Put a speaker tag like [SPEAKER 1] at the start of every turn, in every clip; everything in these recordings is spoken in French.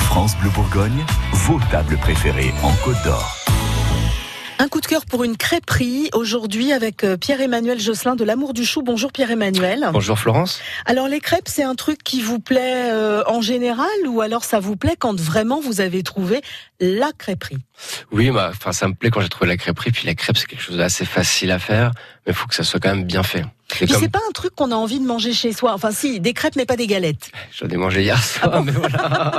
[SPEAKER 1] France Bleu Bourgogne, vos tables préférées en Côte d'Or.
[SPEAKER 2] Un coup de cœur pour une crêperie aujourd'hui avec euh, Pierre-Emmanuel Josselin de l'Amour du Chou. Bonjour Pierre-Emmanuel.
[SPEAKER 3] Bonjour Florence.
[SPEAKER 2] Alors les crêpes, c'est un truc qui vous plaît euh, en général ou alors ça vous plaît quand vraiment vous avez trouvé la crêperie
[SPEAKER 3] Oui, bah, enfin ça me plaît quand j'ai trouvé la crêperie. Puis la crêpe, c'est quelque chose d'assez facile à faire, mais il faut que ça soit quand même bien fait. C'est
[SPEAKER 2] Puis
[SPEAKER 3] comme-
[SPEAKER 2] c'est pas un truc qu'on a envie de manger chez soi. Enfin si, des crêpes mais pas des galettes.
[SPEAKER 3] J'en ai mangé hier
[SPEAKER 2] Ah
[SPEAKER 3] soir, mais voilà.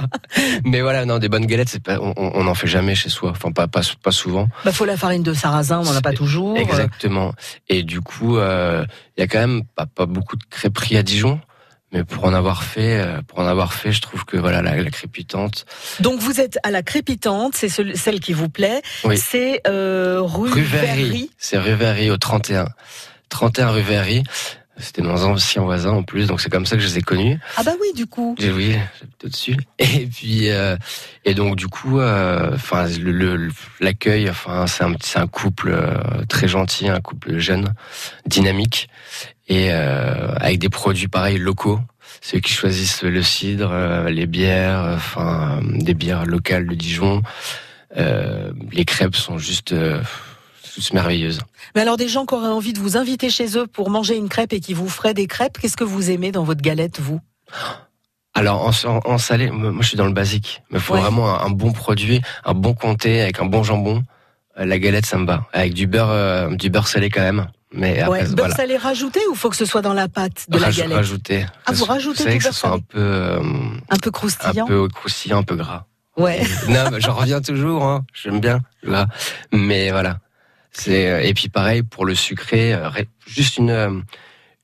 [SPEAKER 3] mais voilà, non, des bonnes galettes, c'est pas, on- on n'en fait jamais chez soi. Enfin, pas, pas, pas souvent.
[SPEAKER 2] Bah faut la farine de sarrasin, on en a pas
[SPEAKER 3] C'est-
[SPEAKER 2] toujours. Euh,
[SPEAKER 3] Exactement. Et du coup, euh, il y a quand même pas, pas beaucoup de crêperies à Dijon. Mais pour en avoir fait, euh, pour en avoir fait, je trouve que voilà la, la crépitante.
[SPEAKER 2] Donc vous êtes à la crépitante, c'est cel- celle qui vous plaît.
[SPEAKER 3] Oui.
[SPEAKER 2] C'est euh, rue
[SPEAKER 3] Rue
[SPEAKER 2] Verrerie.
[SPEAKER 3] Verrerie, c'est rue Verrerie au 31. 31 rue Verrerie. C'était nos anciens voisins en plus, donc c'est comme ça que je les ai connus.
[SPEAKER 2] Ah bah oui, du coup.
[SPEAKER 3] J'ai- Oui, j'habite au-dessus. Et puis, euh, et donc du coup, euh, enfin le- le- le- l'accueil, enfin c'est un, petit- c'est un couple euh, très gentil, un couple jeune, dynamique, et euh, avec des produits pareils locaux. Ceux qui choisissent le cidre, euh, les bières, euh, enfin euh, des bières locales de Dijon. Euh, les crêpes sont juste, euh, juste merveilleuses.
[SPEAKER 2] Mais alors des gens qui auraient envie de vous inviter chez eux pour manger une crêpe et qui vous feraient des crêpes, qu'est-ce que vous aimez dans votre galette, vous
[SPEAKER 3] Alors en, en, en salé, moi moi, je suis dans le basique. Mais il faut
[SPEAKER 2] Ouais.
[SPEAKER 3] vraiment un, un bon produit, un bon comté avec un bon jambon. Euh, La galette, ça me va. Avec du beurre, euh, du beurre salé quand même. Mais après,
[SPEAKER 2] Ouais, beurre
[SPEAKER 3] voilà.
[SPEAKER 2] salé rajouté ou faut que ce soit dans la pâte de
[SPEAKER 3] Raj-
[SPEAKER 2] la galette
[SPEAKER 3] rajouter.
[SPEAKER 2] Ah,
[SPEAKER 3] Ça
[SPEAKER 2] vous
[SPEAKER 3] soit-
[SPEAKER 2] rajoutez du
[SPEAKER 3] savez que ça
[SPEAKER 2] beurre
[SPEAKER 3] soit un
[SPEAKER 2] salé.
[SPEAKER 3] peu, euh,
[SPEAKER 2] Un peu
[SPEAKER 3] un
[SPEAKER 2] croustillant
[SPEAKER 3] peu croustillant, un peu gras.
[SPEAKER 2] Ouais.
[SPEAKER 3] non, mais j'en reviens toujours. Hein. J'aime bien le gras. Mais voilà. C'est euh, et puis pareil pour le sucré, euh, ré- juste une euh,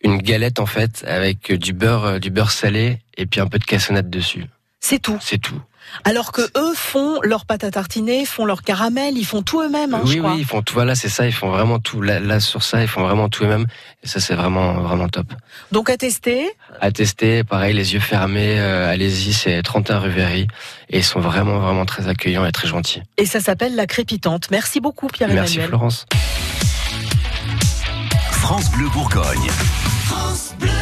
[SPEAKER 3] une galette en fait avec du beurre, euh, du beurre salé et puis un peu de cassonade dessus.
[SPEAKER 2] C'est tout.
[SPEAKER 3] C'est tout.
[SPEAKER 2] Alors que eux font leur pâte à tartiner, font leur caramel, ils font tout eux-mêmes, hein,
[SPEAKER 3] oui,
[SPEAKER 2] je crois.
[SPEAKER 3] oui, ils font tout. Voilà, c'est ça. Ils font vraiment tout. Là, là, sur ça, ils font vraiment tout eux-mêmes. Et ça, c'est vraiment, vraiment top.
[SPEAKER 2] Donc à tester.
[SPEAKER 3] À tester, pareil, les yeux fermés. euh, Allez-y, c'est 31 rue Verrerie. Et ils sont vraiment, vraiment très accueillants et très gentils.
[SPEAKER 2] Et ça s'appelle la crépitante. Merci beaucoup, Pierre-Emmanuel.
[SPEAKER 3] Merci, Florence.
[SPEAKER 1] France Bleu Bourgogne.
[SPEAKER 4] France Bleu.